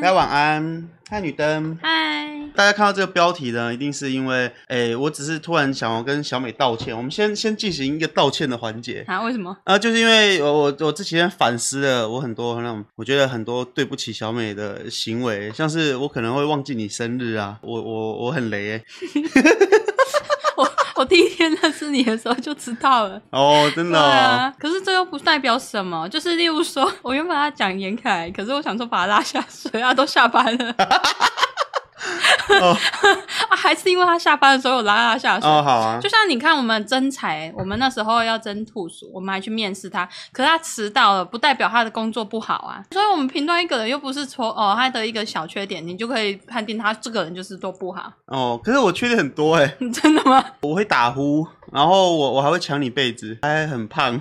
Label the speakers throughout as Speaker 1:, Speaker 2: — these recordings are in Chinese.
Speaker 1: 家晚安，嗨，女灯。
Speaker 2: 嗨，
Speaker 1: 大家看到这个标题呢，一定是因为，诶，我只是突然想要跟小美道歉。我们先先进行一个道歉的环节。
Speaker 2: 啊，为什么？
Speaker 1: 啊，就是因为我我我这几天反思了我很多那种，我觉得很多对不起小美的行为，像是我可能会忘记你生日啊，我我我很雷、欸、
Speaker 2: 我我第一天认识你的时候就知道了。
Speaker 1: 哦，真的、
Speaker 2: 对
Speaker 1: 哦，
Speaker 2: 啊，可是这又不代表什么，就是例如说， 我原本要讲严凯，可是我想说把他拉下水啊，都下班了，
Speaker 1: 哦
Speaker 2: 啊，还是因为他下班的时候我拉他下水。
Speaker 1: 哦，好啊
Speaker 2: 就，像你看，我们征才，我们那时候要征兔鼠，我们还去面试他，可是他迟到了，不代表他的工作不好啊。所以，我们评断一个人又不是说哦他的一个小缺点，你就可以判定他这个人就是都不好，
Speaker 1: 哦，可是我缺点很多哎、
Speaker 2: 真的 吗？
Speaker 1: 我会打呼，然后我我还会抢你被子，还很胖，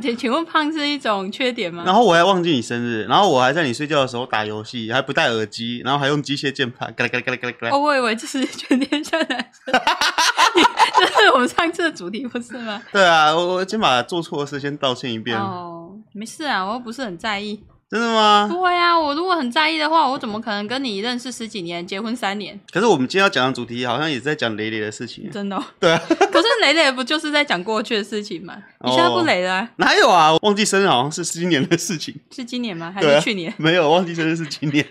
Speaker 2: 请请问胖是一种缺点吗？
Speaker 1: 然后我还忘记你生日，然后我还在你睡觉的时候打游戏，还不戴耳机，然后还用机械键盘，嘎啦嘎啦嘎啦嘎啦嘎啦。
Speaker 2: 哦，我以为这是全天下男生， 你 这是我们上次的主题不是吗？
Speaker 1: 对啊，我我先把做错的事先道歉一遍。
Speaker 2: 哦，没事啊，我又不是很在意。
Speaker 1: 真的吗？
Speaker 2: 对啊，我如果很在意的话，我怎么可能跟你认识十几年，结婚三年？
Speaker 1: 可是我们今天要讲的主题好像也是在讲雷雷的事情。
Speaker 2: 真的哦、
Speaker 1: 对啊， 哦
Speaker 2: 可是磊磊不就是在讲过去的事情吗？你现在不磊了啊、
Speaker 1: 哪有啊？忘记生日好像是今年的事情，
Speaker 2: 是今年吗？还
Speaker 1: 对啊
Speaker 2: 是去 年？
Speaker 1: 没有忘记生日是今年。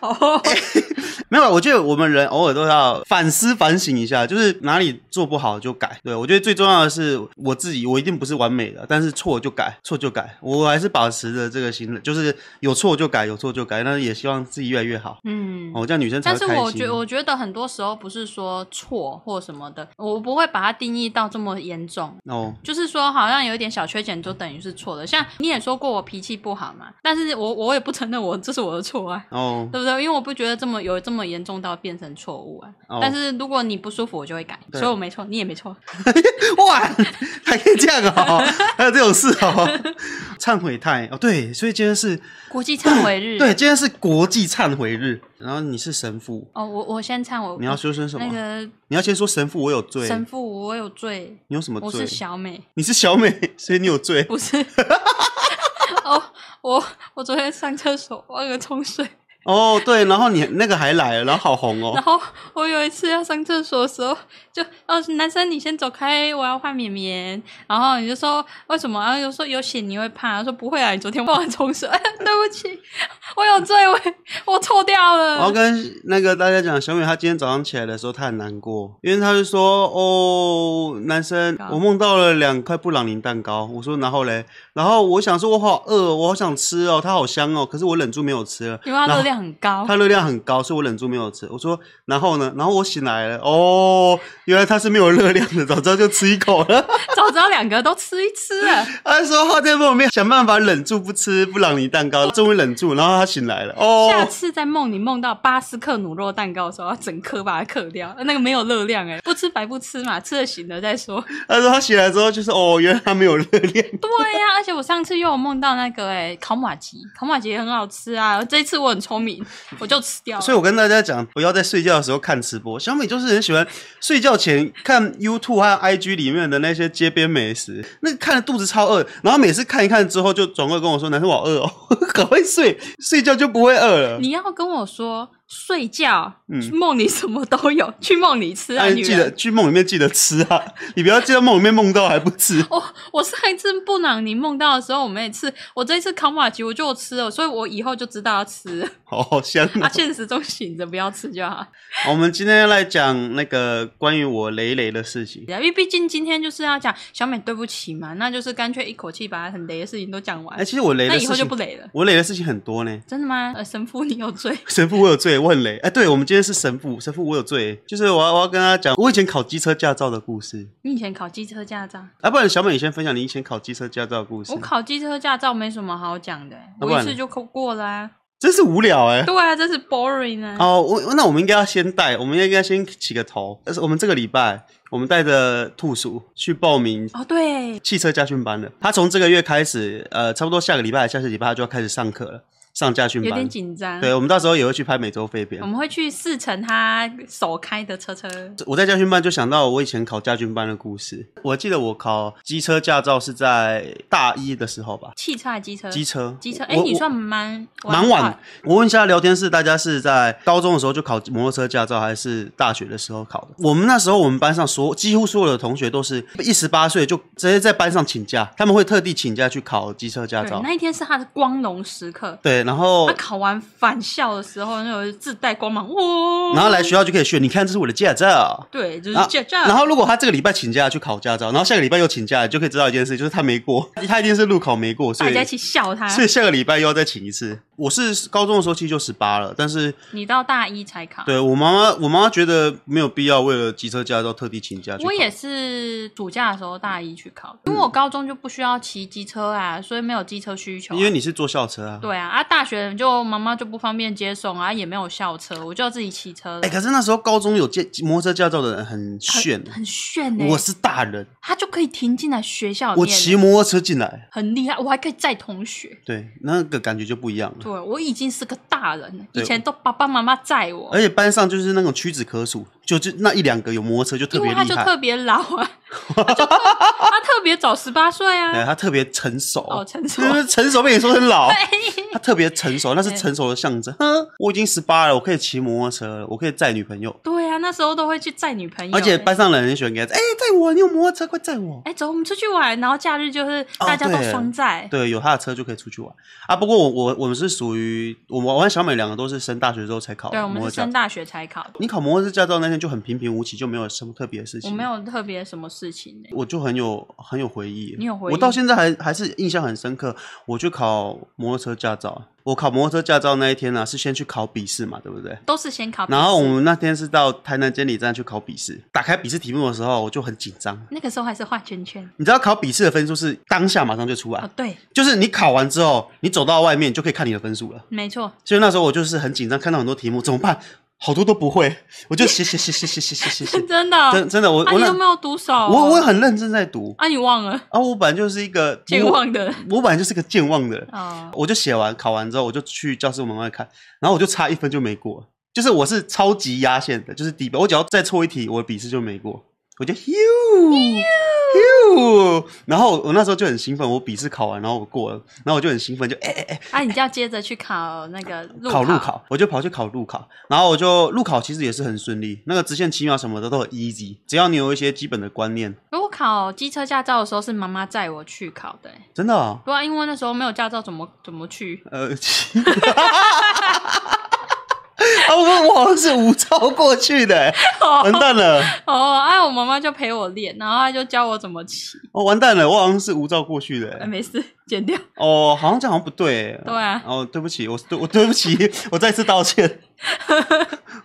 Speaker 2: 哦，
Speaker 1: 没有，我觉得我们人偶尔都要反思反省一下，就是哪里做不好就改。对我觉得最重要的是我自己，我一定不是完美的，但是错就改，错就改。我还是保持着这个心的，就是有错就改，有错就改。但是也希望自己越来越好。
Speaker 2: 嗯。
Speaker 1: 哦，这样女生才
Speaker 2: 但
Speaker 1: 会
Speaker 2: 是
Speaker 1: 开心。
Speaker 2: 我觉我觉得很多时候不是说错或什么的，我不会把它定义到这么严重。
Speaker 1: 哦，
Speaker 2: 就是说，好像有一点小缺点，就等于是错的。像你也说过我脾气不好嘛，但是我我也不承认我这是我的错啊，
Speaker 1: 哦，
Speaker 2: 对不对？因为我不觉得这么有这么严重到变成错误啊。
Speaker 1: 哦
Speaker 2: 但是如果你不舒服，我就会改，
Speaker 1: 对
Speaker 2: 所以我没错，你也没错。
Speaker 1: 哇，还可以这样哦，还有这种事 哦，忏悔太哦，对，所以今天是，
Speaker 2: 国际 忏悔日，
Speaker 1: 对，今天是国际忏悔日，然后你是神父，
Speaker 2: 哦，我我先忏我
Speaker 1: 你要说声什么？
Speaker 2: 哦那个
Speaker 1: 你要先说神父，我有罪，
Speaker 2: 神父，我有罪，
Speaker 1: 你有什么
Speaker 2: 我
Speaker 1: 罪？
Speaker 2: 是小美，
Speaker 1: 你是小美， 所以你有罪。
Speaker 2: 不是。 哦，我我昨天上厕所忘了冲水，
Speaker 1: 哦，对，然后你那个还来了，然后好红哦
Speaker 2: 然。后我有一次要上厕所的时候，就哦，男生你先走开，我要换棉棉。然后你就说为什么？然后就说有血你会怕？他说不会啊，你昨天忘了冲水， 对不起，我有罪，我我错掉
Speaker 1: 我要
Speaker 2: 了。
Speaker 1: 跟那个大家讲，小美她今天早上起来的时候，她很难过，因为她就说：“哦，男生，我梦到了两块布朗尼蛋糕。”我说：“然后嘞？”然后我想说：“我好饿，我好想吃哦，它好香哦。”可是我忍住没有吃了。
Speaker 2: 因为它热量很高，
Speaker 1: 它热量很高，所以我忍住没有吃。我说，然后呢？然后我醒来了，哦，原来它是没有热量的，早知道就吃一口了。
Speaker 2: 早知道两个都吃一吃了。
Speaker 1: 他说他在梦里面想办法忍住不吃布朗尼蛋糕，终于忍住，然后他醒来了。
Speaker 2: 下
Speaker 1: 哦，
Speaker 2: 次在梦里梦到巴斯克乳酪蛋糕的时候，要整颗把它嗑掉，那个没有热量哎、不吃白不吃嘛，吃了醒了再 说。
Speaker 1: 他说他醒来之后就是哦，原来他没有热量。
Speaker 2: 对呀、而且我上次又有梦到那个哎、烤马吉，烤马吉也很好吃啊。这一次我很聪明，我就吃掉了。
Speaker 1: 所以我跟大家讲，不要在睡觉的时候看直播。小美就是很喜欢睡觉前看 YouTube 和 IG 里面的那些街边美食，那个看的肚子超饿，然后每次看一看之后就转过来跟我说：“男生我好饿哦， 赶快睡，睡觉就不会饿了。”
Speaker 2: 你要跟我说睡觉，
Speaker 1: 嗯
Speaker 2: 梦里什么都有， 去梦里吃啊，
Speaker 1: 哎，
Speaker 2: 女
Speaker 1: 记得
Speaker 2: 人。
Speaker 1: 去梦里面记得吃啊！ 你不要记得梦里面梦到还不吃，
Speaker 2: 哦，我上一次布朗尼梦到的时候，我没吃。我这一次烤马吉我就有吃了，所以我以后就知道要吃 了。
Speaker 1: 好好香哦
Speaker 2: 啊，现实中醒着不要吃就好。
Speaker 1: 我们今天要来讲那个关于我雷雷的事情。
Speaker 2: 啊因为毕竟今天就是要讲小美对不起嘛，那就是干脆一口气把很雷的事情都讲完，
Speaker 1: 哎、其实我雷
Speaker 2: 那
Speaker 1: 的
Speaker 2: 以
Speaker 1: 事
Speaker 2: 后就
Speaker 1: 情
Speaker 2: 不，雷了。
Speaker 1: 我雷的事情很多呢。
Speaker 2: 真的吗？呃，神父你有罪，
Speaker 1: 神父，我有罪，我很雷。哎、对，我们今天是神父，神父我有罪，就是我要我要跟他讲我以前考机车驾照的故事。
Speaker 2: 你以前考机车驾照，
Speaker 1: 啊，不然小美，你先分享你以前考机车驾照的故事
Speaker 2: 我。考机车驾照没什么好讲的，
Speaker 1: 那
Speaker 2: 我
Speaker 1: 啊不然
Speaker 2: 一
Speaker 1: 呢
Speaker 2: 次就考过啦、
Speaker 1: 真是无聊哎、
Speaker 2: 对啊，真是 boring 啊。
Speaker 1: 哦，我那我们应该要先带，我们应该先起个头。但是我们这个礼拜，我们带着兔鼠去报名
Speaker 2: 哦，对，
Speaker 1: 汽车家训班了。他从这个月开始，呃，差不多下个礼拜、下个礼拜他就要开始上课了。上驾训
Speaker 2: 有
Speaker 1: 班
Speaker 2: 点。紧张。
Speaker 1: 对，我们到时候也会去拍美洲废片
Speaker 2: 我。们会去试乘他手开的车车，
Speaker 1: 我在驾训班就想到我以前考驾训班的故事。我记得我考机车驾照是在大一的时候吧，
Speaker 2: 汽车还是机车？
Speaker 1: 机车。
Speaker 2: 机车，哎、
Speaker 1: 我
Speaker 2: 你
Speaker 1: 我
Speaker 2: 算蛮
Speaker 1: 蛮
Speaker 2: 晚
Speaker 1: 晚
Speaker 2: 的。。
Speaker 1: 我问一下聊天室，大家是在高中的时候就考摩托车驾照，还是大学的时候考的？我们那时候我们班上所几乎所有的同学都是一十八岁就直接在班上请假，他们会特地请假去考机车驾
Speaker 2: 对，
Speaker 1: 照。
Speaker 2: 那一天是他的光荣时刻。
Speaker 1: 对，然后
Speaker 2: 他考完返校的时候，那种自带光芒，哇、
Speaker 1: 然后来学校就可以炫，你看这是我的驾照。
Speaker 2: 对，就是
Speaker 1: 然后
Speaker 2: 驾照。
Speaker 1: 然后如果他这个礼拜请假去考驾照，然后下个礼拜又请假，就可以知道一件事，就是他没过，他一定是路考没过，所
Speaker 2: 大
Speaker 1: 以
Speaker 2: 家一起笑他。
Speaker 1: 所以下个礼拜又要再请一次。我是高中的时候其实就十八了，但是
Speaker 2: 你到大一才考，
Speaker 1: 对我妈妈，我妈妈觉得没有必要为了机车驾照特地请假去考。嗯
Speaker 2: 我也是暑假的时候大一去考的，因为我高中就不需要骑机车啊，所以没有机车需求啊、
Speaker 1: 因为你是坐校车啊。
Speaker 2: 对啊，啊，大学就妈妈就不方便接送啊，也没有校车，我就要自己骑车了
Speaker 1: 哎、可是那时候高中有借摩托车驾照的人很
Speaker 2: 很
Speaker 1: 炫，
Speaker 2: 很欸炫呢、
Speaker 1: 我是大人，
Speaker 2: 他就可以停进来学校里
Speaker 1: 我
Speaker 2: 面，
Speaker 1: 骑摩托车进来，
Speaker 2: 很厉害，我还可以载同学。
Speaker 1: 对，那个感觉就不一样了。
Speaker 2: 对，我已经是个大人了，以
Speaker 1: 对哎
Speaker 2: 前都爸爸妈妈载我
Speaker 1: 而，且班上就是那种屈指可数，就就那一两个有摩托车就特
Speaker 2: 因
Speaker 1: 别
Speaker 2: 为他
Speaker 1: 厉
Speaker 2: 就
Speaker 1: 害，
Speaker 2: 特别老啊，他就特他特别早十八岁啊
Speaker 1: 对，，他特别成熟，
Speaker 2: 哦， 成熟
Speaker 1: 因，为成熟被你说成老，他特别成熟，那是
Speaker 2: 对
Speaker 1: 成熟的象征。哼，我已经十八了，我可以骑摩托车了，我可以载女朋友，
Speaker 2: 对啊，那时候都会去载女朋友、欸
Speaker 1: 而且班上的人很喜欢给他，哎、载我，你有摩托车，快载我。
Speaker 2: 哎、走，我们出去玩，然后假日就是
Speaker 1: 哦
Speaker 2: 大家都
Speaker 1: 对
Speaker 2: 双载、
Speaker 1: 对，有他的车就可以出去玩啊。不过我我我们是属于我我和小美两个都是升大学之后才考
Speaker 2: 对，我
Speaker 1: 摩
Speaker 2: 们
Speaker 1: 托
Speaker 2: 是
Speaker 1: 车驾
Speaker 2: 升
Speaker 1: 照。
Speaker 2: 大学才考的，
Speaker 1: 你考摩托车驾照那天就很平平无奇，就没有什么特别的事
Speaker 2: 我
Speaker 1: 情。
Speaker 2: 没，有特别什么事情欸呢、
Speaker 1: 我就很有很有回忆。
Speaker 2: 你有回忆
Speaker 1: 我到现在还还是印象很深刻。我去考摩托车驾照，我考摩托车驾照那一天呢、是先去考笔试嘛，对不对？
Speaker 2: 都是先考笔试。
Speaker 1: 然后我们那天是到台南监理站去考笔试，打开笔试题目的时候，我就很紧张。
Speaker 2: 那个时候还是画圈圈
Speaker 1: 你知道考笔试的分数是当下马上就出
Speaker 2: 哦
Speaker 1: 来，，
Speaker 2: 对，
Speaker 1: 就是你考完之后，你走到外面就可以看你的分数了。
Speaker 2: 没错，
Speaker 1: 所以那时候我就是很紧张，看到很多题目怎么办？好多都不会，我就写写写写写写写写写，
Speaker 2: 真的哦。
Speaker 1: 真真的我
Speaker 2: 啊，
Speaker 1: 我
Speaker 2: 你
Speaker 1: 那
Speaker 2: 有没有读手？哦
Speaker 1: 我我很认真在读
Speaker 2: 啊，你忘了
Speaker 1: 啊，我本来就是一个
Speaker 2: 健，忘的
Speaker 1: 我我本来就是个健忘的人，
Speaker 2: 哦，
Speaker 1: 我就写完考完之后，我就去教室门外看，然后我就差一分就没过了，就是我是超级压线的，就是底标，我只要再错一题，我的笔试就没过，我就咻咻，然后我那时候就很兴奋，我笔试考完，然后我过了，然后我就很兴奋，就哎哎哎，
Speaker 2: 啊，你就要接着去考那个路
Speaker 1: 考路
Speaker 2: 路，
Speaker 1: 考，我就跑去考路考，然后我就路考其实也是很顺利，那个直线七秒什么的都很 easy，只要你有一些基本的观念，
Speaker 2: 可我考机车驾照的时候是妈妈载我去考的、欸，
Speaker 1: 真的、哦，
Speaker 2: 不然因为那时候没有驾照，怎么怎么去？
Speaker 1: 呃， 啊，我我好像是无照过去的，欸完蛋了，
Speaker 2: 哦，哎、我妈妈就陪我练，然后她就教我怎么骑。
Speaker 1: 哦，完蛋了，我好像是无照过去
Speaker 2: 哎、
Speaker 1: 的，欸
Speaker 2: 没事，剪掉。
Speaker 1: 哦，好像这样好像不 对，
Speaker 2: 对啊
Speaker 1: 哦，对不起，我对我对不起，我再次道歉。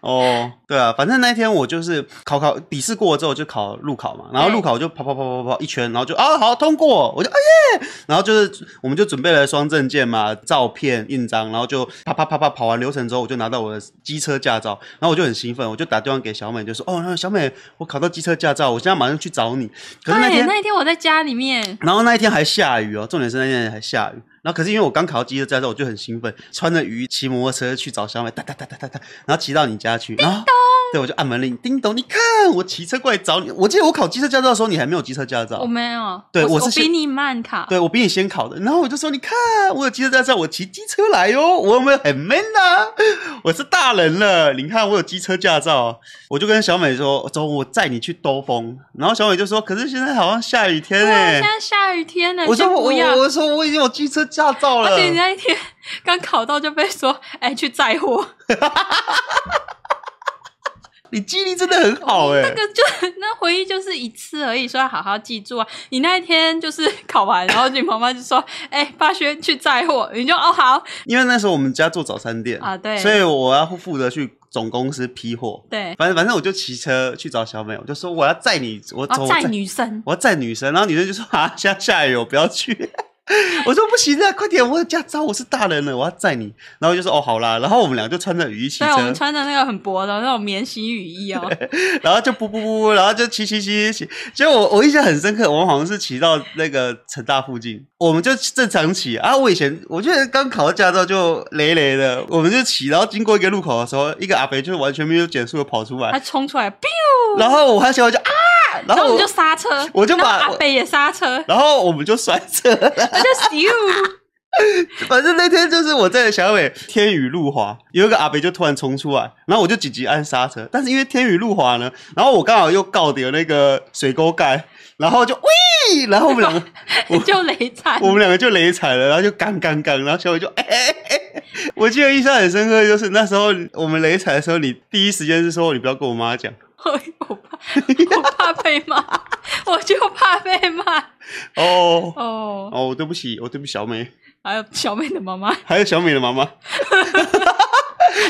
Speaker 1: 哦，对啊，反正那一天我就是考考笔试过了之后就考路考嘛，然后
Speaker 2: 对
Speaker 1: 路考我就跑跑跑跑跑一圈，然后就啊好通过，我就哎耶，然后就是我们就准备了双证件嘛，照片、印章，然后就啪啪啪啪跑完流程之后，我就拿到我的机车驾照，然后我就很兴奋，我就打电话给小美，就说哦，那小美我考到机车驾照，我现在马上去找你。可是那
Speaker 2: 对，
Speaker 1: 天
Speaker 2: 哎那一天我在家里面，
Speaker 1: 然后那一天还下雨哦，重点是那天还下雨。然后可是因为我刚考到机车驾照，我就很兴奋，穿着雨衣骑摩托车去找小美，哒哒哒哒哒哒，然后骑到你家去，然后对我就按门铃，叮咚，你看我骑车过来找你。我记得我考机车驾照的时候，你还没有机车驾
Speaker 2: 我
Speaker 1: 照，
Speaker 2: 没有，
Speaker 1: 啊对
Speaker 2: 我
Speaker 1: 我是
Speaker 2: 比
Speaker 1: 先
Speaker 2: 你慢考，
Speaker 1: 对我比你先考的。然后我就说，你看我有机车驾照，我骑机车来哟，我有没有很 man 啊？我是大人了，你看我有机车驾照，我就跟小美说，走，我载你去兜风。然后小美就说，可是现在好像下雨天
Speaker 2: 对啊
Speaker 1: 哎、
Speaker 2: 现在下雨天 呢，
Speaker 1: 我
Speaker 2: 先
Speaker 1: 说我
Speaker 2: 不要。
Speaker 1: 我说我已经有机车驾照了
Speaker 2: 而，且你那一天刚考到就被说， 哎、去载货，
Speaker 1: 你记忆力真的很好哎、
Speaker 2: 那个就 那回忆就是一次而已，所以要好好记住啊。你那一天就是考完，然后你妈妈就说， 哎、八轩去载货，你就哦好，
Speaker 1: 因为那时候我们家做早餐店
Speaker 2: 啊对
Speaker 1: 所以我要负责去总公司批货。
Speaker 2: 对，
Speaker 1: 反正反正我就骑车去找小美，我就说我要载你，我
Speaker 2: 然
Speaker 1: 走
Speaker 2: 后
Speaker 1: 我
Speaker 2: 哦载
Speaker 1: 载
Speaker 2: 女生，
Speaker 1: 我要载女生，然后女生就说啊，现在下雨，我不要去。 我说不行啊，快点，我有驾照，我是大人了，我要载你。然后就说哦好啦，然后我们俩就穿着雨衣骑
Speaker 2: 对，啊我们
Speaker 1: 车，
Speaker 2: 穿的那个很薄的那种免洗雨衣 哦，
Speaker 1: 然后就不不不不，然后就骑骑骑骑骑。结果我我印象很深刻，我们好像是骑到那个成大附近，我们就正常骑啊。我以前我觉得刚考到驾照就累累的，我们就骑，然后经过一个路口的时候，一个阿伯就完全没有减速的跑出
Speaker 2: 他
Speaker 1: 来，
Speaker 2: 冲出来，biu，
Speaker 1: 然后我和小孩就啊，然
Speaker 2: 哦然后
Speaker 1: 后
Speaker 2: 我
Speaker 1: 我
Speaker 2: 们就刹车，
Speaker 1: 我就
Speaker 2: 然后
Speaker 1: 把
Speaker 2: 阿北也刹车，
Speaker 1: 然后我们就摔车了。
Speaker 2: 他就 biu，
Speaker 1: 反正那天就是我在小北天雨路滑，有一个阿北就突然冲出来，然后我就紧急按刹车，但是因为天雨路滑呢，然后我刚好又告掉那个水沟盖，然后就喂，然后我们两个我
Speaker 2: 就雷惨。
Speaker 1: 我们两个就雷惨了，然后就干干干，然后小北就哎哎哎哎，我记得印象很深刻，就是那时候我们雷惨的时候，你第一时间是说你不要跟我妈讲，
Speaker 2: 我我怕我怕被骂，我就怕被骂
Speaker 1: 哦
Speaker 2: 哦。
Speaker 1: 哦，我对不起，我对不起小美，
Speaker 2: 还有小美的妈妈，
Speaker 1: 还有小美的妈妈，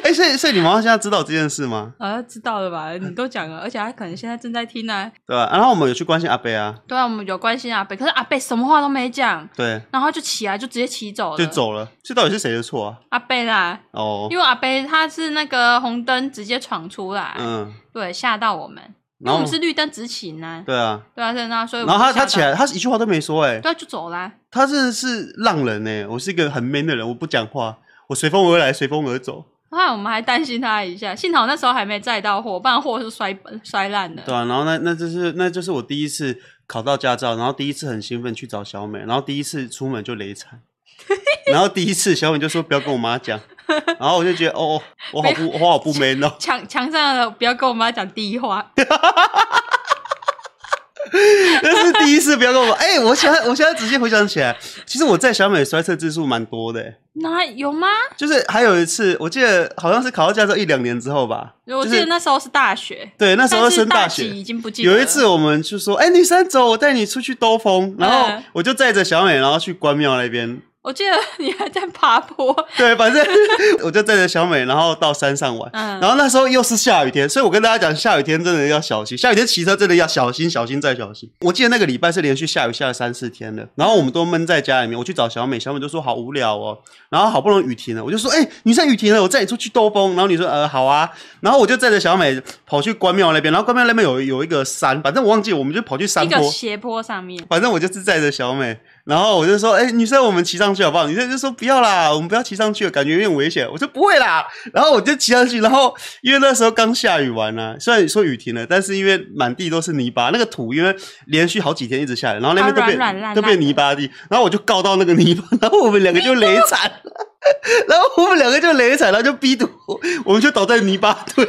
Speaker 1: 哎、所以所以你妈妈现在知道这件事吗？
Speaker 2: 啊，知道了吧？你都讲了，而且他可能现在正在听呢、
Speaker 1: 对吧、然后我们有去关心阿北啊。
Speaker 2: 对啊，我们有关心阿北，可是阿北什么话都没讲，
Speaker 1: 对，
Speaker 2: 然后他就起来就直接骑走了。
Speaker 1: 就走了。这到底是谁的错啊？
Speaker 2: 阿北啦，
Speaker 1: 哦，
Speaker 2: 因为阿北他是那个红灯直接闯出来，
Speaker 1: 嗯，
Speaker 2: 对，吓到我们，因为
Speaker 1: 然
Speaker 2: 我
Speaker 1: 后
Speaker 2: 们是绿灯直行呢、
Speaker 1: 对啊，
Speaker 2: 对啊，所以那所以
Speaker 1: 然
Speaker 2: 我们
Speaker 1: 后
Speaker 2: 就吓
Speaker 1: 他他
Speaker 2: 到
Speaker 1: 起，来，他一句话都没说、欸，哎，
Speaker 2: 对啊，就走啦。
Speaker 1: 他是是浪人哎、我是一个很 man 的人，我不讲话，我随风而来，随风而走，
Speaker 2: 后来我们还担心他一下，幸好那时候还没载到货，不然货是摔摔烂的。
Speaker 1: 对啊，然后那那就是那就是我第一次考到驾照，然后第一次很兴奋去找小美，然后第一次出门就 雷惨。然后第一次，小美就说不要跟我妈讲，然后我就觉得哦，我好不，我好不 man 哦。
Speaker 2: 墙墙上的不要跟我妈讲第一话，
Speaker 1: 那是第一次，不要跟我妈。哎、我现在我现在仔细回想起来，其实我在小美摔车次数蛮多的、欸。
Speaker 2: 那有吗？
Speaker 1: 就是还有一次，我记得好像是考到驾照一两年之后吧，
Speaker 2: 我记
Speaker 1: 就
Speaker 2: 得
Speaker 1: 是
Speaker 2: 那时候是大学，
Speaker 1: 对，那时候
Speaker 2: 但是
Speaker 1: 升大
Speaker 2: 几已
Speaker 1: 学。
Speaker 2: 经不记得了。
Speaker 1: 有一次我们就说，哎、女生走，我带你出去兜风，然后
Speaker 2: 嗯
Speaker 1: 我就载着小美，然后去关庙那边。
Speaker 2: 我记得你还在爬坡，
Speaker 1: 对，反正我就载着小美，然后到山上玩。
Speaker 2: 嗯
Speaker 1: 然后那时候又是下雨天，所以我跟大家讲，下雨天真的要小心，下雨天骑车真的要小心，小心再小心。我记得那个礼拜是连续下雨下了三四天了，然后我们都闷在家里面。我去找小美，小美就说好无聊哦。然后好不容易雨停了，我就说，哎、女生雨停了，我载你出去兜风。然后你说，呃，好啊。然后我就载着小美跑去关庙那边，然后关庙那边有有一个山，反正我忘记，我们就跑去山
Speaker 2: 一个
Speaker 1: 坡。
Speaker 2: 斜坡上面，
Speaker 1: 反正我就是载着小美，然后我就说：“哎、女生，我们骑上去好不好？”女生就说：“不要啦，我们不要骑上去了，啊感觉有点危险。”我说：“不会啦。” 然后我就骑上去，然后因为那时候刚下雨完啊，虽然说雨停了，但是因为满地都是泥巴，那个土因为连续好几天一直下来，然后那边都变、
Speaker 2: 啊软软烂烂的
Speaker 1: 都变泥巴地，然后我就告到那个泥巴，然后我们两个就雷惨，然后我们两个就雷惨，然后就逼堵，我们就倒在泥巴堆，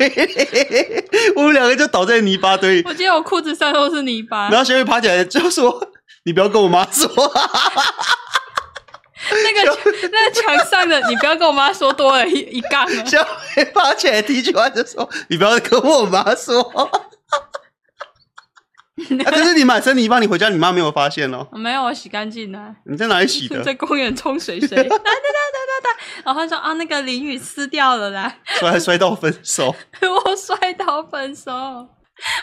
Speaker 1: 我们两个就倒在泥巴堆，
Speaker 2: 我记得我裤子上都是泥巴
Speaker 1: 然，后小雨爬起来就说：“你不要跟我妈说。”啊
Speaker 2: 那个墙那个墙上 的，你不要跟我妈说多了一一杠了。
Speaker 1: 小美爬起来第一句话就说：“你不要跟我妈说。”啊，可是你满身泥巴，你回家你妈没有发现哦？
Speaker 2: 没有，我洗干净了。
Speaker 1: 你在哪里 洗的？
Speaker 2: 在公园冲水水，哒哒哒哒哒，然后说啊，那个淋雨湿掉了啦，
Speaker 1: 摔摔到分手
Speaker 2: 我摔倒分手。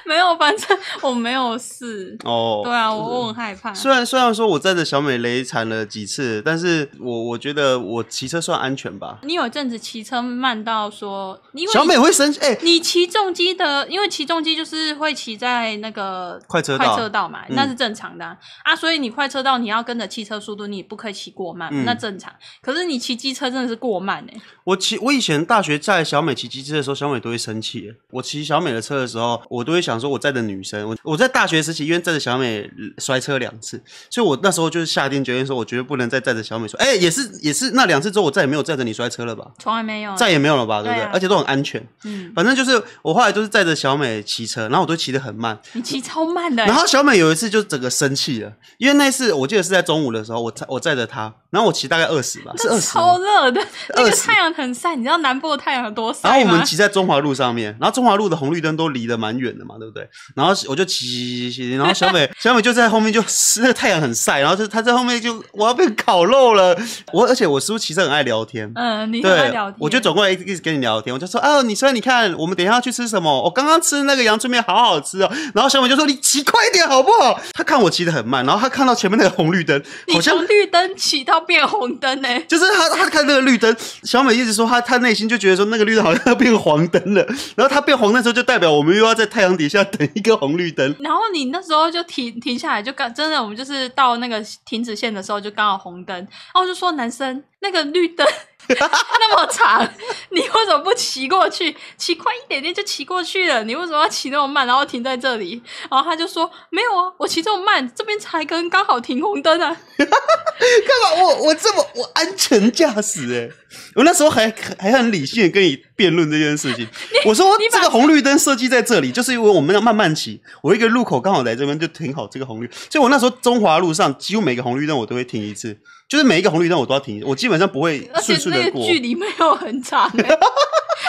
Speaker 2: 没有，反正我没有事。
Speaker 1: 哦。
Speaker 2: 对啊，我我很害怕。
Speaker 1: 虽然虽然说我载着小美雷惨了几次，但是我我觉得我骑车算安全吧。
Speaker 2: 你有一阵子骑车慢到说，因为
Speaker 1: 小美会生气，哎、
Speaker 2: 你骑重机的，因为骑重机就是会骑在那个
Speaker 1: 快车
Speaker 2: 快
Speaker 1: 道，
Speaker 2: 车道嘛，
Speaker 1: 嗯
Speaker 2: 那是正常的啊啊所以你快车道你要跟着汽车速度，你不可以骑过慢，
Speaker 1: 嗯
Speaker 2: 那正常。可是你骑机车真的是过慢哎、
Speaker 1: 我骑我以前大学载小美骑机车的时候，小美都会生气。我骑小美的车的时候，我都会想说，我载的女生，我我在大学时期因为载着小美呃摔车两次，所以我那时候就是下定决心说，我绝对不能再载着小美说，哎、也是也是那两次之后，我再也没有载着你摔车了吧，
Speaker 2: 从来没有。
Speaker 1: 再也没有了吧，对不
Speaker 2: 对
Speaker 1: 对？
Speaker 2: 啊
Speaker 1: 而且都很安全。
Speaker 2: 嗯，
Speaker 1: 反正就是我后来就是载着小美骑车，然后我都骑得很慢，
Speaker 2: 你骑超慢的、欸
Speaker 1: 然。后小美有一次就整个生气了，因为那一次我记得是在中午的时候，我载我载着她，然后我骑大概二十吧，是
Speaker 2: 这
Speaker 1: 二十。
Speaker 2: 超热的，那个
Speaker 1: 20
Speaker 2: 太阳很晒，你知道南部的太阳有多
Speaker 1: 然后
Speaker 2: 晒
Speaker 1: 我
Speaker 2: 吗
Speaker 1: 们？骑在中华路上面，然后中华路的红绿灯都离得蛮远的嘛，对不对？然后我就骑骑骑骑，然后小美小美就在后面就那个太阳很晒，然后就她在后面就我要变烤肉了。我而且我师傅其实很爱聊天，
Speaker 2: 嗯，你很爱
Speaker 1: 对
Speaker 2: 聊天，，
Speaker 1: 我就总过来一直一直跟你聊天，我就说哦，你说你看，我们等一下要去吃什么？我刚刚吃那个阳春面好好吃哦。然后小美就说你骑快一点好不好？她看我骑得很慢，然后她看到前面那个红绿灯，
Speaker 2: 你
Speaker 1: 好像
Speaker 2: 从绿灯起到变红灯欸呢、
Speaker 1: 就是他，他看那个绿灯，小美一直说他，他内心就觉得说那个绿灯好像要变黄灯了。 然后他变黄灯的时候，就代表我们又要在太阳底下等一个红绿灯。
Speaker 2: 然后你那时候就停停下来，就刚真的我们就是到那个停止线的时候，就刚好红灯。然后我就说男生那个绿灯 那么长，你为什么不骑过去？骑快一点点就骑过去了，你为什么要骑那么慢，然后停在这里？然后他就说没有啊，我骑这么慢，这边才跟刚好停红 灯啊。
Speaker 1: 干嘛？我我这么我安全驾驶哎、我那时候还还很理性的跟你辩论这件事情。我 说
Speaker 2: 你把
Speaker 1: 这个红绿灯设计在这里，就是因为我们要慢慢骑。我一个路口刚好来这边就停好这个红绿，所以我那时候中华路上几乎每个红绿灯我都会停一次，就是每一个红绿灯我都要停一次，我基本上不会
Speaker 2: 而且
Speaker 1: 顺顺
Speaker 2: 那
Speaker 1: 的
Speaker 2: 个
Speaker 1: 过。
Speaker 2: 距离没有很长、欸，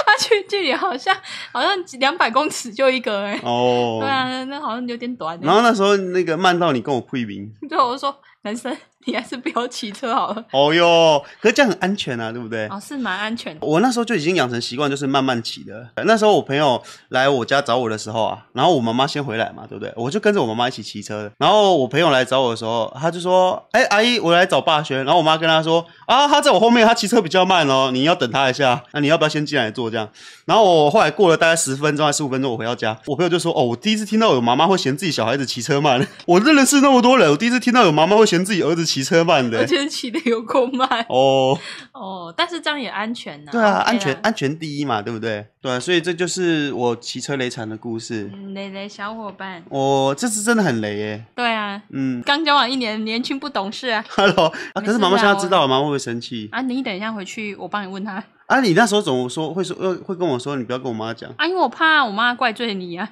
Speaker 2: 他距距离好像好像两百公尺就一个哎、
Speaker 1: 哦，
Speaker 2: 对啊，那好像有点短、欸。
Speaker 1: 然后那时候那个慢到你跟我批评，
Speaker 2: 最后我就说：“男生，你还是不要骑车好了。
Speaker 1: 哦哟，可是这样很安全啊，对不对？”
Speaker 2: 哦，是蛮安全的。
Speaker 1: 我那时候就已经养成习惯，就是慢慢骑的。那时候我朋友来我家找我的时候啊，然后我妈妈先回来嘛，对不对？我就跟着我妈妈一起骑车的。然后我朋友来找我的时候，他就说：“哎、阿姨，我来找霸轩。”然后我妈跟他说：“啊，他在我后面，他骑车比较慢哦，你要等他一下。那你要不要先进来坐这样？”然后我后来过了大概十分钟还十五分钟，我回到家，我朋友就说：“哦，我第一次听到有妈妈会嫌自己小孩子骑车慢。 我认识那么多人，我第一次听到有妈妈会嫌自己儿子骑车慢的
Speaker 2: 而。且骑的有够慢”
Speaker 1: 哦。
Speaker 2: 哦，但是这样也安全呐、
Speaker 1: 对啊，
Speaker 2: OK 啦
Speaker 1: 安全安全第一嘛，对不对？对啊、所以这就是我骑车雷惨的故事。
Speaker 2: 嗯蕾蕾小伙伴，
Speaker 1: 我、这次真的很雷耶，
Speaker 2: 对啊，
Speaker 1: 嗯
Speaker 2: 刚交往一年，年轻不懂事啊。
Speaker 1: ，Hello 啊，可是妈妈
Speaker 2: 没事
Speaker 1: 现
Speaker 2: 啊
Speaker 1: 在知道了，妈妈会不会生气？
Speaker 2: 啊，你等一下回去，我帮你问他
Speaker 1: 啊，你那时候怎么说？会说呃会跟我说，你不要跟我妈讲。
Speaker 2: 啊，因为我怕我妈怪罪你 啊。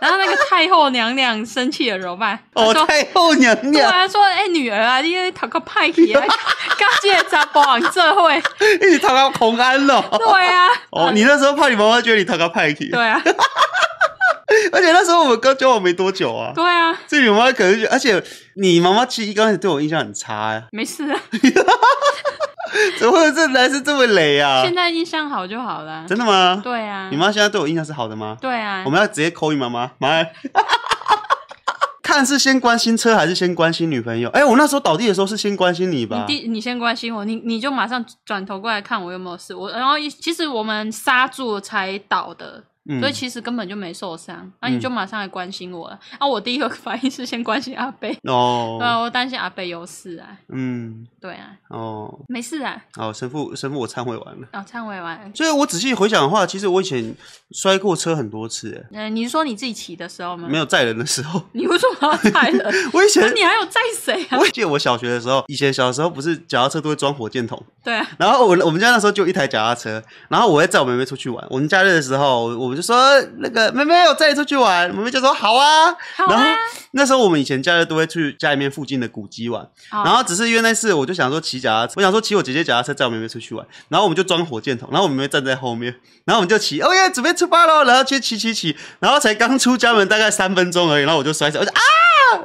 Speaker 2: 然后那个太后娘娘生气了，怎么办？她
Speaker 1: 哦，
Speaker 2: 说
Speaker 1: 太后娘
Speaker 2: 对
Speaker 1: 娘，
Speaker 2: 啊，说哎、女儿啊，你讨个派去 啊，刚进来查保这会，
Speaker 1: 一直讨到红安了。
Speaker 2: 对啊，
Speaker 1: 哦，你那时候怕你妈妈觉得你讨个派去，
Speaker 2: 对啊，
Speaker 1: 而且那时候我们刚交往没多久啊，
Speaker 2: 对啊，
Speaker 1: 所以你妈妈可能觉得，而且你妈妈其实一刚开始对我印象很差呀、
Speaker 2: 没事啊。
Speaker 1: 怎么会有这男生这么雷啊？
Speaker 2: 现在印象好就好了。
Speaker 1: 真的吗？
Speaker 2: 对啊
Speaker 1: 你，妈现在对我印象是好的吗？
Speaker 2: 对啊
Speaker 1: 我，们要直接扣一 妈妈，妈来。看是先关心车还是先关心女朋友？哎、我那时候倒地的时候是先关心你
Speaker 2: 你
Speaker 1: 吧？
Speaker 2: 第你先关心我，你你就马上转头过来看我有没有事。我然后一其实我们刹住才倒的，
Speaker 1: 嗯
Speaker 2: 所以其实根本就没受伤。那、你就马上来关心我了。啊，我第一个反应是先关心阿贝，对啊，
Speaker 1: 哦，
Speaker 2: 我担心阿贝有事啊，
Speaker 1: 嗯，
Speaker 2: 对啊，
Speaker 1: 哦，
Speaker 2: 没事啊。
Speaker 1: 好，神父，神父，我忏悔完了。
Speaker 2: 哦，忏悔完。
Speaker 1: 所以我仔细回想的话，其实我以前摔过车很多次、哎
Speaker 2: 嗯、你是说你自己骑的时候吗？
Speaker 1: 没有载人的时候。
Speaker 2: 你为什么要载人？
Speaker 1: 我以前
Speaker 2: 嗯那，你还有载谁啊？
Speaker 1: 我记得我小学的时候，以前小时候不是脚踏车都会装火箭筒，
Speaker 2: 对啊，
Speaker 1: 然后我我们家那时候就有一台脚踏车，然后我会载我妹妹出去玩。我们假日的时候，我我就说那个妹妹，我载你出去玩，妹妹就说好啊。
Speaker 2: 好
Speaker 1: 然后
Speaker 2: 啊。
Speaker 1: 那时候我们以前假日都会去家里面附近的古迹玩，
Speaker 2: 好
Speaker 1: 然后只是因为那次我就想说骑脚踏车，我想说骑我姐姐脚踏车载我妹妹出去玩，然后我们就装火箭筒，然后我妹妹站在后面，然后我们就骑，哦耶，准备出发喽，然后去骑骑骑，然后才刚出家门大概三分钟而已，然后我就摔车，我就啊。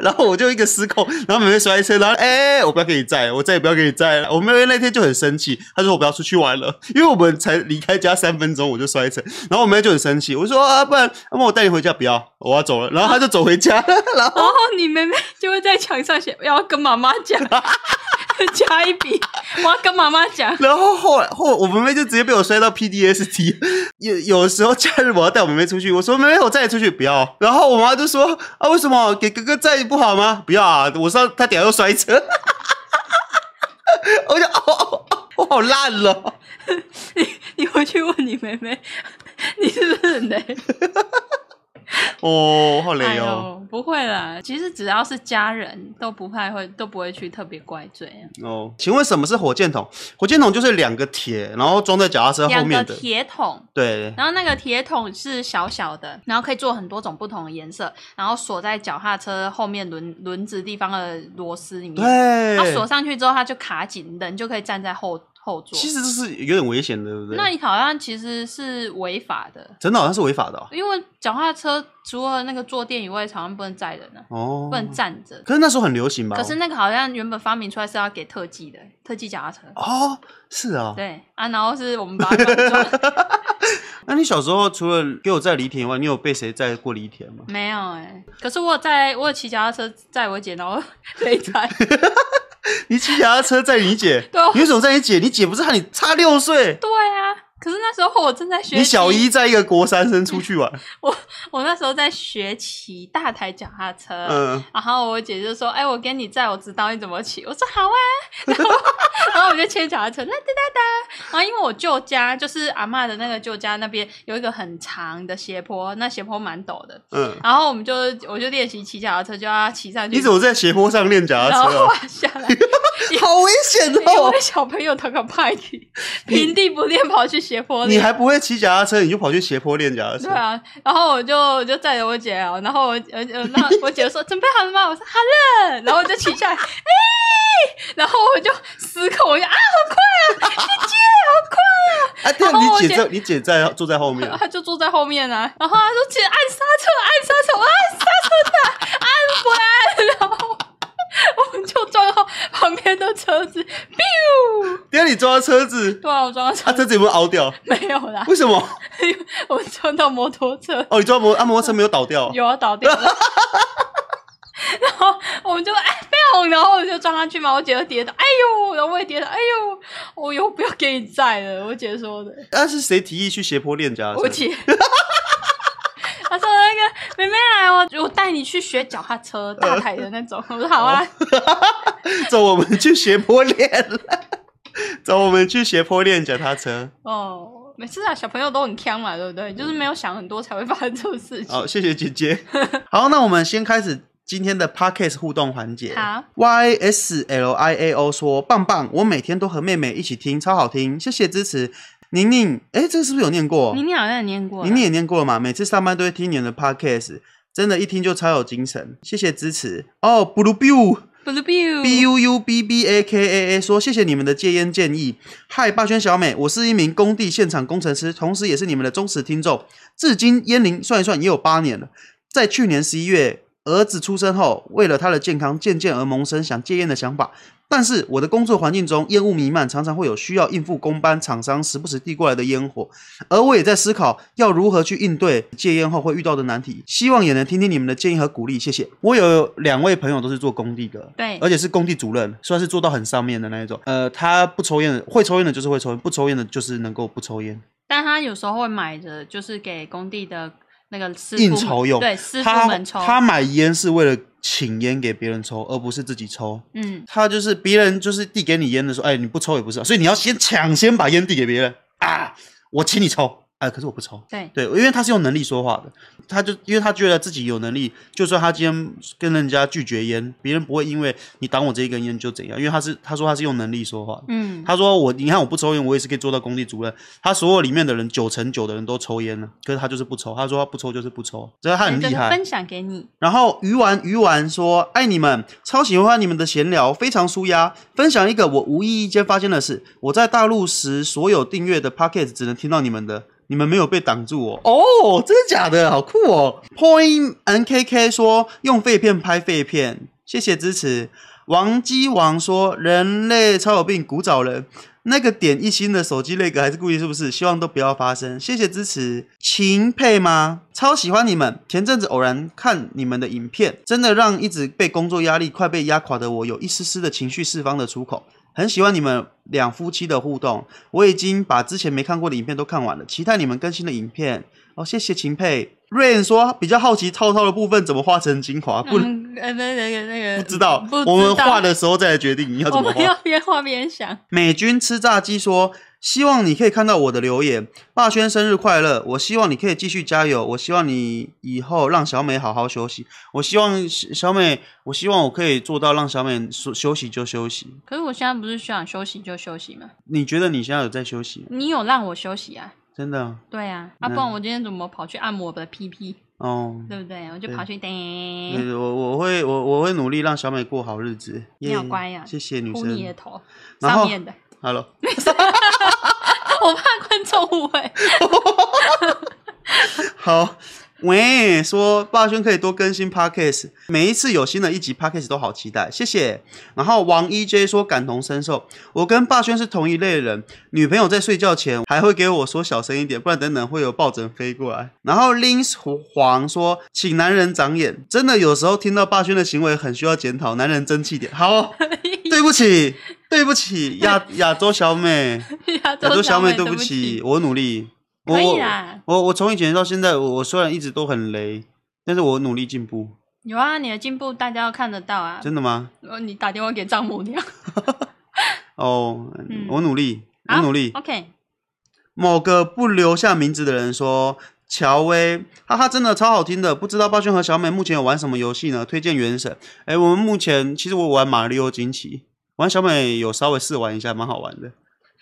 Speaker 1: 然后我就一个失控，然后妹妹摔车，然后哎、我不要给你载，我再也不要给你载了。我妹妹那天就很生气，她说我不要出去玩了，因为我们才离开家三分钟我就摔车，然后我妹妹就很生气，我就说啊，不然，要不然我带你回家，不要，我要走了。然后她就走回家， 然后
Speaker 2: 然后你妹妹就会在墙上写，要跟妈妈讲，加一笔，我要跟妈妈讲。
Speaker 1: 然后后来后我妹妹就直接被我摔到 PDSD。有有时候假日我要带我妹妹出去，我说妹妹我载你出去不要，然后我妈就说啊为什么给哥哥载不好吗？不要啊，我上他等下又摔车。 我就哦哦哦，我好烂了。
Speaker 2: 你你回去问你妹妹，你是不是很累？
Speaker 1: 哦，好
Speaker 2: 哎
Speaker 1: 累哦。
Speaker 2: 呦，不会啦，其实只要是家人都不太会，都不会去特别怪罪啊。
Speaker 1: 哦，请问什么是火箭筒？火箭筒就是两个铁，然后装在脚踏车后
Speaker 2: 两个
Speaker 1: 面的。
Speaker 2: 铁嗯桶。
Speaker 1: 对，
Speaker 2: 然后那个铁桶是小小的，然后可以做很多种不同的颜色，然后锁在脚踏车后面轮轮子地方的螺丝里面。它
Speaker 1: 对，
Speaker 2: 锁上去之后，它就卡紧，人就可以站在后后座。
Speaker 1: 其实这是有点危险的，对不对？
Speaker 2: 那你好像其实是违法的，
Speaker 1: 真的好像是违法的哦。
Speaker 2: 因为脚踏车除了那个坐垫以外，好像不能载人呢、啊
Speaker 1: 哦
Speaker 2: 不能站着。
Speaker 1: 可是那时候很流行吧？
Speaker 2: 可是那个好像原本发明出来是要给特技的，特技脚踏车。
Speaker 1: 哦，是啊、
Speaker 2: 对啊，然后是我们把它弄 装，
Speaker 1: 那你小时候除了给我载犁田以外，你有被谁载过犁田吗？
Speaker 2: 没有哎、可是我有在我有骑脚踏车载我姐，然后 被载。，
Speaker 1: 你骑脚踏车载你 姐
Speaker 2: 对啊
Speaker 1: 你为什么载你姐？你姐不是和你差六岁？
Speaker 2: 对啊，可是那时候我正在学
Speaker 1: 你小
Speaker 2: 骑
Speaker 1: 一载一个国三生出去玩，
Speaker 2: 我那时候在学骑大台脚踏车，
Speaker 1: 嗯，
Speaker 2: 然后我姐就说：“哎、我跟你载，我知道你怎么骑。”我说：“好啊。”然后然后我 就牵脚踏车，哒哒哒哒。然后因为我舅家就是阿嬷的那个舅家那边有一个很长的斜坡，那斜坡蛮陡的。
Speaker 1: 嗯，
Speaker 2: 然后我们就我就练习骑脚踏车，就要骑上去，
Speaker 1: 你怎么在斜坡上练脚
Speaker 2: 然
Speaker 1: 踏
Speaker 2: 后
Speaker 1: 车、啊？
Speaker 2: 滑下来。
Speaker 1: 好危险
Speaker 2: 因为我
Speaker 1: 哦！
Speaker 2: 的小朋友他可怕你平地不练，跑去斜坡
Speaker 1: 你
Speaker 2: 练。
Speaker 1: 还不会骑脚踏车，你就跑去斜坡练脚踏车？
Speaker 2: 对啊，然后我就我就载着我姐啊，然后我呃呃，然后我姐说准备好了吗？我说好了，然后我就骑下来，哎、然后我就失控，我就啊，
Speaker 1: 啊，对啊，
Speaker 2: 然后我
Speaker 1: 你姐
Speaker 2: 姐
Speaker 1: 在，你姐在坐在后面
Speaker 2: 然 后，她就坐在后面啊，然后她说姐按刹车，按刹车，我按刹车的，按不按？然后我就撞到旁边的车子，biu，
Speaker 1: 对啊，你抓车子，
Speaker 2: 对啊，我撞到车
Speaker 1: 啊，车子有没有凹掉？
Speaker 2: 没有啦，
Speaker 1: 为什么？
Speaker 2: 我撞到摩托车，
Speaker 1: 哦，你抓摩，啊，摩托车没有倒掉，
Speaker 2: 有啊，倒掉了。 然后我们就哎不要，然后我就撞上去嘛，我姐就跌倒，哎呦，然后我也跌倒，哎呦，我以后不要给你载了，我姐说的，
Speaker 1: 那啊是谁提议去斜坡练脚踏
Speaker 2: 我
Speaker 1: 车？
Speaker 2: 姐。她说：“那个妹妹来，我我带你去学脚踏车，大台的那种。”我说：“好啊。
Speaker 1: 走，我们去斜坡练了。走，我们去斜坡练脚踏车。”
Speaker 2: 哦，每次啊，小朋友都很强嘛，对不对？就是没有想很多才会发生这种事情。
Speaker 1: 好，谢谢姐 姐。好，那我们先开始今天的 podcast 互动环节。
Speaker 2: 好
Speaker 1: ，Y S L I A O 说棒棒，我每天都和妹妹一起听，超好听，谢谢支持。宁宁，哎，这个是不是有念过？
Speaker 2: 妮妮好像也念过了，
Speaker 1: 宁宁也念过了嘛？每次上班都会听你们的 podcast，真的，一听就超有精神，谢谢支持。哦，Blue Biu。
Speaker 2: blue blue
Speaker 1: B U U B B A K A A 说：“谢谢你们的戒烟建议。”嗨，霸轩小美，我是一名工地现场工程师，同时也是你们的忠实听众，至今烟龄算一算也有八年了。在去年十一月，儿子出生后，为了他的健康，渐渐而萌生想戒烟的想法。但是我的工作环境中，烟雾弥漫，常常会有需要应付工班、厂商时不时递过来的烟火，而我也在思考要如何去应对戒烟后会遇到的难题。希望也能听听你们的建议和鼓励，谢谢。我有两位朋友都是做工地的，
Speaker 2: 对
Speaker 1: 而且是工地主任，算是做到很上面的那一种。呃，他不抽烟的，会抽烟的就是会抽烟，不抽烟的就是能够不抽烟。
Speaker 2: 但他有时候会买着，就是给工地的那个师傅
Speaker 1: 应
Speaker 2: 们
Speaker 1: 酬用
Speaker 2: 对师傅
Speaker 1: 他
Speaker 2: 们抽。
Speaker 1: 他买烟是为了请烟给别人抽，而不是自己抽。
Speaker 2: 嗯，
Speaker 1: 他就是别人就是递给你烟的时候，哎，你不抽也不是，所以你要先抢先把烟递给别人啊，我请你抽，哎，可是我不抽。
Speaker 2: 对，
Speaker 1: 对，因为他是用能力说话的，他就因为他觉得自己有能力，就算他今天跟人家拒绝烟，别人不会因为你挡我这一根烟就怎样，因为他是他说他是用能力说话的。
Speaker 2: 嗯，
Speaker 1: 他说我，你看我不抽烟，我也是可以做到工地主任。他所有里面的人九成九的人都抽烟了，可是他就是不抽。他说他不抽就是不抽，哎这他很
Speaker 2: 对
Speaker 1: 厉
Speaker 2: 就是
Speaker 1: 害。
Speaker 2: 分享给你，
Speaker 1: 然后鱼丸鱼丸说：“爱你们，超喜欢你们的闲聊，非常舒压。分享一个我无意间发现的事，我在大陆时所有订阅的 p o c k e t 只能听到你们的。”你们没有被挡住哦！哦，真的假的？好酷哦！Point NKK 说用废片拍废片，谢谢支持。王鸡王说人类超有病，古早人。那个点一星的手机那个还是故意是不是？希望都不要发生，谢谢支持。秦沛吗？超喜欢你们！前阵子偶然看你们的影片，真的让一直被工作压力快被压垮的我有一丝丝的情绪释放的出口。很喜欢你们两夫妻的互动，我已经把之前没看过的影片都看完了，期待你们更新的影片。哦，谢谢秦沛。Rain 说比较好奇涛涛的部分怎么画成精华，不、
Speaker 2: 嗯，呃，那那个那个
Speaker 1: 不知道，
Speaker 2: 不知道
Speaker 1: 我们画的时候再来决定你要 怎
Speaker 2: 我
Speaker 1: 么
Speaker 2: 们
Speaker 1: 画。
Speaker 2: 要边画边想，
Speaker 1: 美军吃炸鸡说：“希望你可以看到我的留言，霸轩生日快乐！我希望你可以继续加油，我希望你以后让小美好好休息，我希望小小美，我希望我可以做到让小美说休息就休息。
Speaker 2: 可是我现在不是想休息就休息吗？
Speaker 1: 你觉得你现在有在休息吗？
Speaker 2: 你有让我休息啊？
Speaker 1: 真的
Speaker 2: 对啊，啊，
Speaker 1: 嗯
Speaker 2: 不然我今天怎么跑去按摩我的屁屁，
Speaker 1: 哦。”
Speaker 2: 对不对？我就
Speaker 1: 对嗯
Speaker 2: 跑去叮
Speaker 1: 对，我我会我我会努力让小美过好日子。
Speaker 2: 你好乖呀啊
Speaker 1: 谢谢女
Speaker 2: 呼你的
Speaker 1: 生。
Speaker 2: 头，
Speaker 1: 然
Speaker 2: 上
Speaker 1: 后
Speaker 2: 面的，
Speaker 1: Hello，
Speaker 2: 我怕观众误会。
Speaker 1: 好，喂，说霸轩可以多更新 Podcast，每一次有新的一集 Podcast 都好期待，谢谢。然后王 EJ 说感同身受，我跟霸轩是同一类人，女朋友在睡觉前还会给我说小声一点，不然等等会有抱枕飞过来。然后 Lins 黄说，请男人长眼，真的有时候听到霸轩的行为很需要检讨，男人争气点。好哦，对不起，对不起，亚亚洲小美。
Speaker 2: 亚
Speaker 1: 亚洲小
Speaker 2: 美，
Speaker 1: 美，对
Speaker 2: 不
Speaker 1: 起，，我努力。我
Speaker 2: 可以啦
Speaker 1: 我我从以前到现在，我我虽然一直都很雷，但是我努力进步。
Speaker 2: 有啊，你的进步大家都看得到啊。
Speaker 1: 真的吗？
Speaker 2: 哦，你打电话给丈母 娘，
Speaker 1: 哦，
Speaker 2: 嗯
Speaker 1: 我努力，我
Speaker 2: 啊
Speaker 1: 努力。
Speaker 2: OK，
Speaker 1: 某个不留下名字的人说：“乔薇，哈哈，真的超好听的。不知道暴君和小美目前有玩什么游戏呢？推荐《原神》。哎，我们目前其实我有玩《马里奥惊奇》，玩小美有稍微试玩一下，蛮好玩的。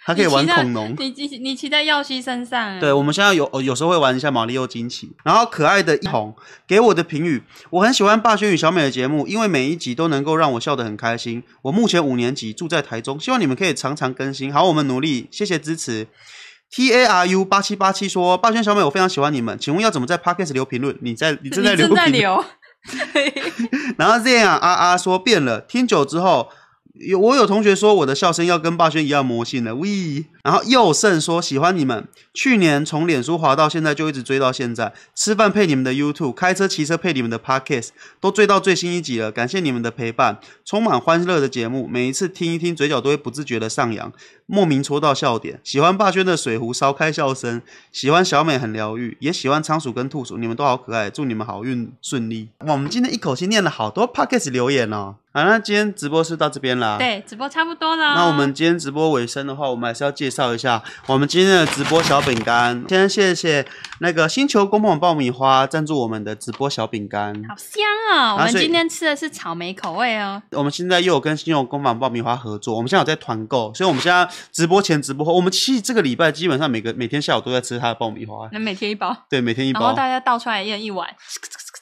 Speaker 1: 还可以玩
Speaker 2: 你骑在
Speaker 1: 恐龙。
Speaker 2: 你你你骑在耀西身上、欸，
Speaker 1: 对，，我们现在有哦有时候会玩一下《马里奥惊奇》，然后可爱的一红给我的评语，我很喜欢霸轩与小美的节目，因为每一集都能够让我笑得很开心。我目前五年级，住在台中，希望你们可以常常更新。好，我们努力，谢谢支持。T A R U 八七八七说：“霸轩小美，我非常喜欢你们，请问要怎么在 Podcast 留评论？你在你正在
Speaker 2: 你
Speaker 1: 留
Speaker 2: 正
Speaker 1: 评
Speaker 2: 在
Speaker 1: 论
Speaker 2: 流，
Speaker 1: 然后这样啊啊说变了，听久之后，有我有同学说我的笑声要跟霸轩一样魔性了，喂。然后佑胜说喜欢你们，去年从脸书滑到现在就一直追到现在，吃饭配你们的 YouTube，开车骑车配你们的 Podcast，都追到最新一集了，感谢你们的陪伴，充满欢乐的节目，每一次听一听嘴角都会不自觉的上扬，莫名戳到笑点。喜欢霸轩的水壶烧开笑声，喜欢小美很疗愈，也喜欢仓鼠跟兔鼠，你们都好可爱，祝你们好运顺利。哇，我们今天一口气念了好多 podcast 留言哦。好、那今天直播是到这边啦。。
Speaker 2: 对，直播差不多了。
Speaker 1: 那我们今天直播尾声的话，我们还是要介绍一下我们今天的直播小饼干。先谢谢那个星球公捧爆米花赞助我们的直播小饼干。
Speaker 2: 好香哦！我
Speaker 1: 啊
Speaker 2: 们
Speaker 1: 所以
Speaker 2: 今天吃的是草莓口味哦。
Speaker 1: 我们现在又有跟新友工坊爆米花合作，我们现在有在团购，所以我们现在直播前、直播后，我们其实这个礼拜基本上每个每天下午都在吃他的爆 米花，
Speaker 2: 那每天一包，
Speaker 1: 对，每天一
Speaker 2: 然后
Speaker 1: 包。
Speaker 2: 大家倒出来一人一碗。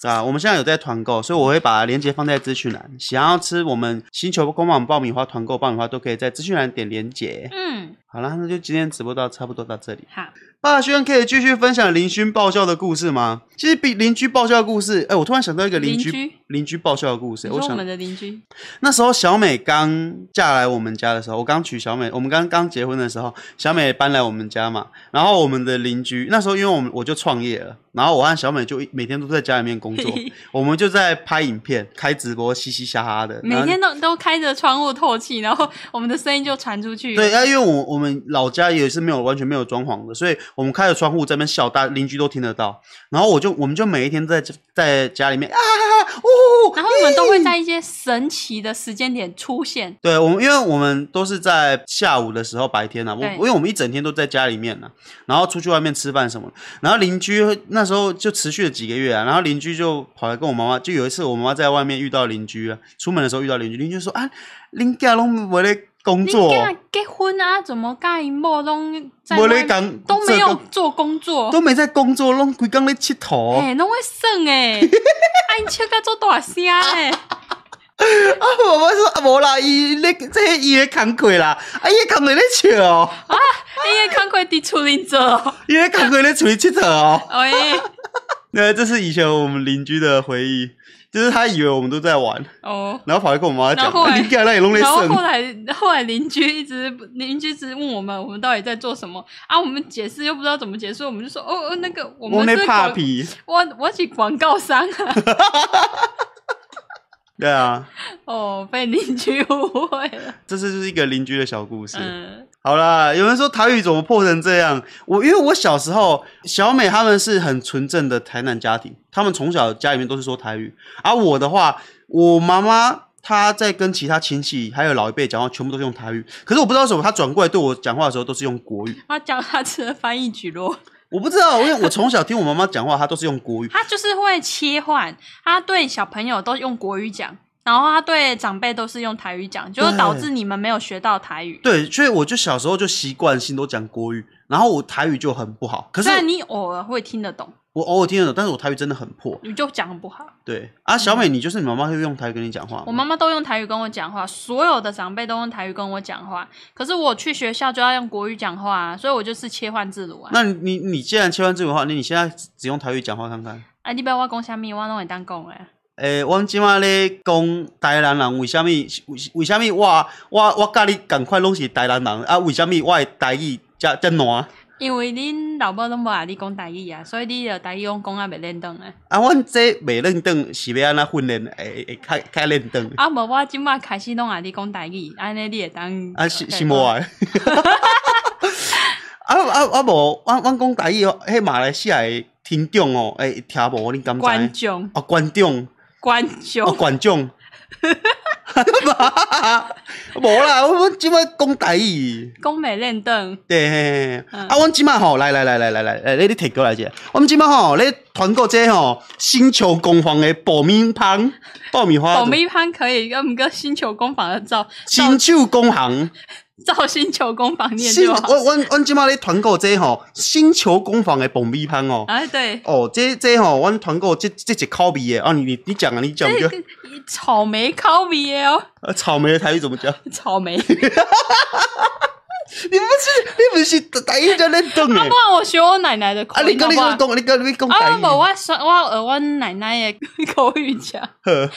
Speaker 1: 啊，我们现在有在团购，所以我会把链接放在资讯栏。想要吃我们星球工坊爆米花团购爆米花，都可以在资讯栏点链接。
Speaker 2: 嗯，
Speaker 1: 好啦，那就今天直播到差不多到这里。
Speaker 2: 好，
Speaker 1: 霸轩可以继续分享邻居爆笑的故事吗？其实比邻居爆笑的故事，哎，我突然想到一个邻
Speaker 2: 邻居
Speaker 1: 居邻居爆笑的故事，
Speaker 2: 你
Speaker 1: 我
Speaker 2: 说我
Speaker 1: 想
Speaker 2: 们的邻居，，
Speaker 1: 那时候小美刚嫁来我们家的时候，我刚娶小美，我们刚刚结婚的时候，小美搬来我们家嘛。然后我们的邻居那时候，因为我们我就创业了，然后我和小美就一每天都在家里面工作我们就在拍影片、开直播，嘻嘻哈哈的。
Speaker 2: 每
Speaker 1: 然后
Speaker 2: 天都都开着窗户透气，然后我们的声音就传出去。
Speaker 1: 对，，啊，因为我我们老家也是没有完全没有装潢的，所以我们开着窗户这边笑，大邻居都听得到。然后我就我们就每一天在在家里面啊，哦，
Speaker 2: 然后我们都会在一些神奇的时间点出现。
Speaker 1: 对我们，因为我们都是在下午的时候，白天啊，我
Speaker 2: 对
Speaker 1: 因为我们一整天都在家里面呢、然后出去外面吃饭什么的，然后邻居会那时候就持续了几个月啊，然后邻居就跑来跟我妈妈，就有一次我妈妈在外面遇到邻居啊，出门的时候遇到邻居，邻居就说啊，林家拢没咧工
Speaker 2: 你
Speaker 1: 作，哦
Speaker 2: 干结婚啊？怎么干一莫拢在
Speaker 1: 没咧
Speaker 2: 外
Speaker 1: 讲
Speaker 2: 都没有
Speaker 1: 这个
Speaker 2: 做工作？
Speaker 1: 都没在工作，拢规工咧佚佗。哦
Speaker 2: 哎，拢会算 哎，按切个做大声哎，
Speaker 1: 啊，我妈说啊，无啦，伊咧这伊咧工课啦，啊，伊工课咧笑哦，
Speaker 2: 哎呀，看过伫厝里做哦，
Speaker 1: 伊咧工课咧出去佚佗哦。
Speaker 2: 哎，
Speaker 1: 那这是以前我们邻居的回忆，就是他以为我们都在玩，
Speaker 2: 哦。
Speaker 1: 然后跑来跟我妈讲哎
Speaker 2: 然后后：“来
Speaker 1: 你干那里弄那
Speaker 2: 然后后
Speaker 1: 剩
Speaker 2: 来，后来邻居一直邻居一直问我们，我们到底在做什么啊？我们解释又不知道怎么解释，我们就说哦，哦那个我们
Speaker 1: 那
Speaker 2: 是
Speaker 1: 怕
Speaker 2: 广，
Speaker 1: 皮
Speaker 2: 我我是广告商啊。？”
Speaker 1: 对啊，
Speaker 2: 哦，被邻居误会了。
Speaker 1: 这是就是一个邻居的小故事。
Speaker 2: 嗯，
Speaker 1: 好啦，有人说台语怎么破成这样？我因为我小时候，小美他们是很纯正的台南家庭，他们从小家里面都是说台语。而我的话，我妈妈她在跟其他亲戚还有老一辈讲话，全部都是用台语。可是我不知道为什么，她转过来对我讲话的时候都是用国语。
Speaker 2: 他讲他吃了翻译举落，
Speaker 1: 我不知道，因为我从小听我妈妈讲话，她都是用国语。
Speaker 2: 他就是会切换，他对小朋友都用国语讲，然后他对长辈都是用台语讲，就
Speaker 1: 对
Speaker 2: 是导致你们没有学到台语。
Speaker 1: 对，所以我就小时候就习惯性都讲国语，然后我台语就很不好。可是
Speaker 2: 虽然你偶尔会听得懂，
Speaker 1: 我偶尔听得懂，但是我台语真的很破。
Speaker 2: 你就讲不好。
Speaker 1: 对啊，小美，你就是你妈妈会用台语跟你讲话吗
Speaker 2: 我妈妈都用台语跟我讲话，所有的长辈都用台语跟我讲话。可是我去学校就要用国语讲话、啊，所以我就是切换自如啊。
Speaker 1: 那你你你既然切换这个话，那你现在只用台语讲话看看。
Speaker 2: 啊，你不要我讲啥物，我拢会当讲啊诶。
Speaker 1: 诶、我们今晚咧讲台南人为什么为为什么我我我甲你赶快拢是台南人啊？为什么我的台语遮遮烂？
Speaker 2: 因为恁老母拢无爱你讲台语啊，所以你着台语拢讲啊袂认同诶。
Speaker 1: 啊，阮这袂认真是要安那训练会会较较认真。
Speaker 2: 啊，无我即马开始拢爱你讲台语，安尼你会当
Speaker 1: 啊是是无爱。 啊啊啊无，我我讲台语哦，迄马来西亚的听众哦，诶、听无你敢
Speaker 2: 观
Speaker 1: 知？
Speaker 2: 众
Speaker 1: 哦，观众
Speaker 2: 观
Speaker 1: 哦，
Speaker 2: 众，
Speaker 1: 观众。无啦，我阮即摆讲台语。
Speaker 2: 讲袂认同。
Speaker 1: 对，嘿嘿嘿
Speaker 2: 嗯
Speaker 1: 啊，阮即摆吼，来来来来来来，来，你你摕过来者。我们即摆吼咧团购这吼星球工坊的爆米香、爆米花、
Speaker 2: 爆米潘可以，跟我们个星球工坊的照
Speaker 1: 星球工行。
Speaker 2: 照星球工坊念
Speaker 1: 星，
Speaker 2: 就
Speaker 1: 我
Speaker 2: 好。
Speaker 1: 我阮即摆咧团购这吼星球工坊的爆米香哦。
Speaker 2: 哎，对，
Speaker 1: 哦，这这吼，阮团购这这一口味的啊，你你你讲啊，你讲
Speaker 2: 这
Speaker 1: 就
Speaker 2: 个 草莓烤米的哦，
Speaker 1: 啊草莓的台语怎么讲？
Speaker 2: 草 莓。
Speaker 1: 你不是你不是台语叫恁懂
Speaker 2: 啊，
Speaker 1: 诶
Speaker 2: 不？然我学我奶奶的口
Speaker 1: 啊，你
Speaker 2: 音
Speaker 1: 讲
Speaker 2: 好
Speaker 1: 你
Speaker 2: 不好
Speaker 1: 讲？讲你讲你讲台
Speaker 2: 啊，
Speaker 1: 语
Speaker 2: 无。我说我学我奶奶的口语讲，
Speaker 1: 呵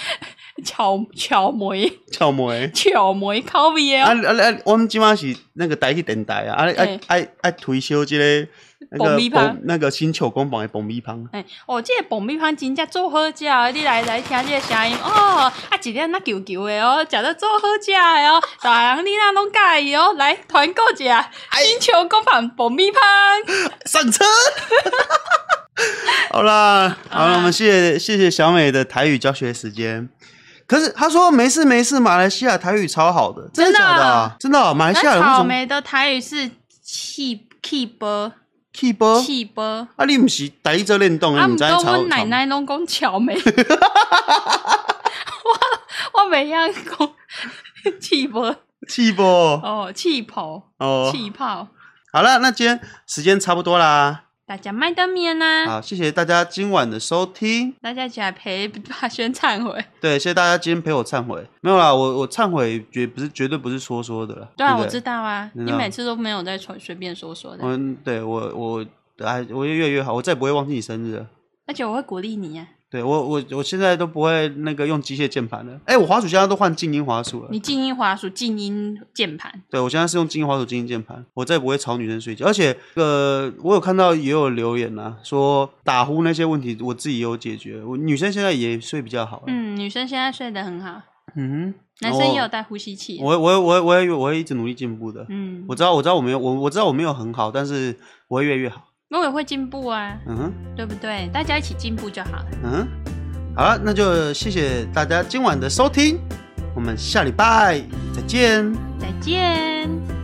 Speaker 2: 巧巧 梅
Speaker 1: 草莓。
Speaker 2: 巧梅口味的
Speaker 1: 啊
Speaker 2: 哦，
Speaker 1: 啊啊！我们即马是那个台语电台啊，啊
Speaker 2: 对
Speaker 1: 爱爱爱推销这个那
Speaker 2: 爆
Speaker 1: 个
Speaker 2: 米香
Speaker 1: 爆那个新球工坊的爆米香。
Speaker 2: 哎、哦，这个爆米香真正做好食哦，你来来听这个声音哦，啊，一粒那球球的哦，食得做好食的哦，大人你那拢介意哦，来团购一下，星球公房爆米香，
Speaker 1: 上车。 好啦，好了，我们谢谢谢谢小美的台语教学时间。可是她说没事没事，马来西亚台语超好的，
Speaker 2: 真
Speaker 1: 真的
Speaker 2: 的
Speaker 1: 假的啊？真的啊，马来西亚
Speaker 2: 那
Speaker 1: 人为
Speaker 2: 草
Speaker 1: 什么
Speaker 2: 莓的台语是气气波
Speaker 1: k e e
Speaker 2: 气波，啊，
Speaker 1: 啊，你不是台语做练动的，
Speaker 2: 毋
Speaker 1: 你知
Speaker 2: 过
Speaker 1: 道炒
Speaker 2: 阮奶奶拢讲巧 梅，我我袂晓讲气波
Speaker 1: k e
Speaker 2: 哦，气泡
Speaker 1: 哦，
Speaker 2: 气泡，
Speaker 1: 好了，那今天时间差不多啦。
Speaker 2: 大家麦当面啊，
Speaker 1: 好，谢谢大家今晚的收听。
Speaker 2: 大家一起来陪 大轩忏悔。
Speaker 1: 对，谢谢大家今天陪我忏悔。没有啦，我我忏悔绝不是绝对不是说说的啦。
Speaker 2: 对啊，我
Speaker 1: 不
Speaker 2: 知道啊，
Speaker 1: 知
Speaker 2: 你
Speaker 1: 道
Speaker 2: 每次都没有在随随便说说的，
Speaker 1: 嗯，对我我哎，我越来越好，我再也不会忘记你生日了。
Speaker 2: 而且我会鼓励你啊，
Speaker 1: 对我我我现在都不会那个用机械键盘了。哎，我滑鼠现在都换静音滑鼠了
Speaker 2: 你。静音滑鼠、静音键盘，
Speaker 1: 对我现在是用静音滑鼠静音键盘，我再也不会吵女生睡觉。而且呃，我有看到也有留言啊，说打呼那些问题我自己也有解决。我女生现在也睡比较好了。
Speaker 2: 嗯，女生现在睡得很好，
Speaker 1: 嗯哼，
Speaker 2: 男生也有带呼吸器，啊
Speaker 1: 我我我我也我也一直努力进步的。
Speaker 2: 嗯
Speaker 1: 我，知道，我知道我没有，我我知道我没有很好，但是我会越来越好。
Speaker 2: 我也会进步啊，
Speaker 1: 嗯哼，
Speaker 2: 对不对？大家一起进步就好了，
Speaker 1: 嗯哼，好了，那就谢谢大家今晚的收听，我们下礼拜再见。
Speaker 2: 再见。